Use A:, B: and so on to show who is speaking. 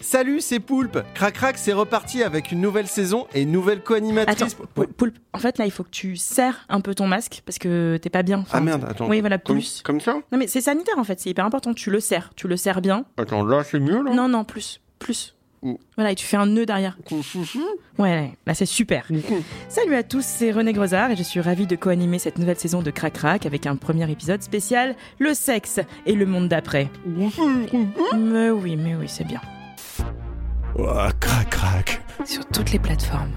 A: Salut, c'est Poulpe. Crac crac, c'est reparti avec une nouvelle saison et une nouvelle
B: Attends,
A: co-animatrice.
B: Pou- Poulpe, en fait, là, il faut que tu serres un peu ton masque parce que t'es pas bien. Enfin,
A: Ah merde, attends.
B: Oui, voilà,
A: Comme-
B: plus.
A: Comme, ça
B: Non, mais c'est sanitaire, en fait, c'est hyper important. Tu le serres, tu le serres bien.
A: Attends, là c'est mieux là
B: Non, non, plus, plus.
A: Mm.
B: Voilà, et tu fais un nœud derrière. Ouais, ouais, là, c'est super. Salut à tous, c'est René Grosard et je suis ravie de co-animer cette nouvelle saison de Crac Crac avec un premier épisode spécial Le sexe et le monde d'après. Mais oui, mais oui, c'est bien.
C: Ouah, crac crac.
B: Sur toutes les plateformes.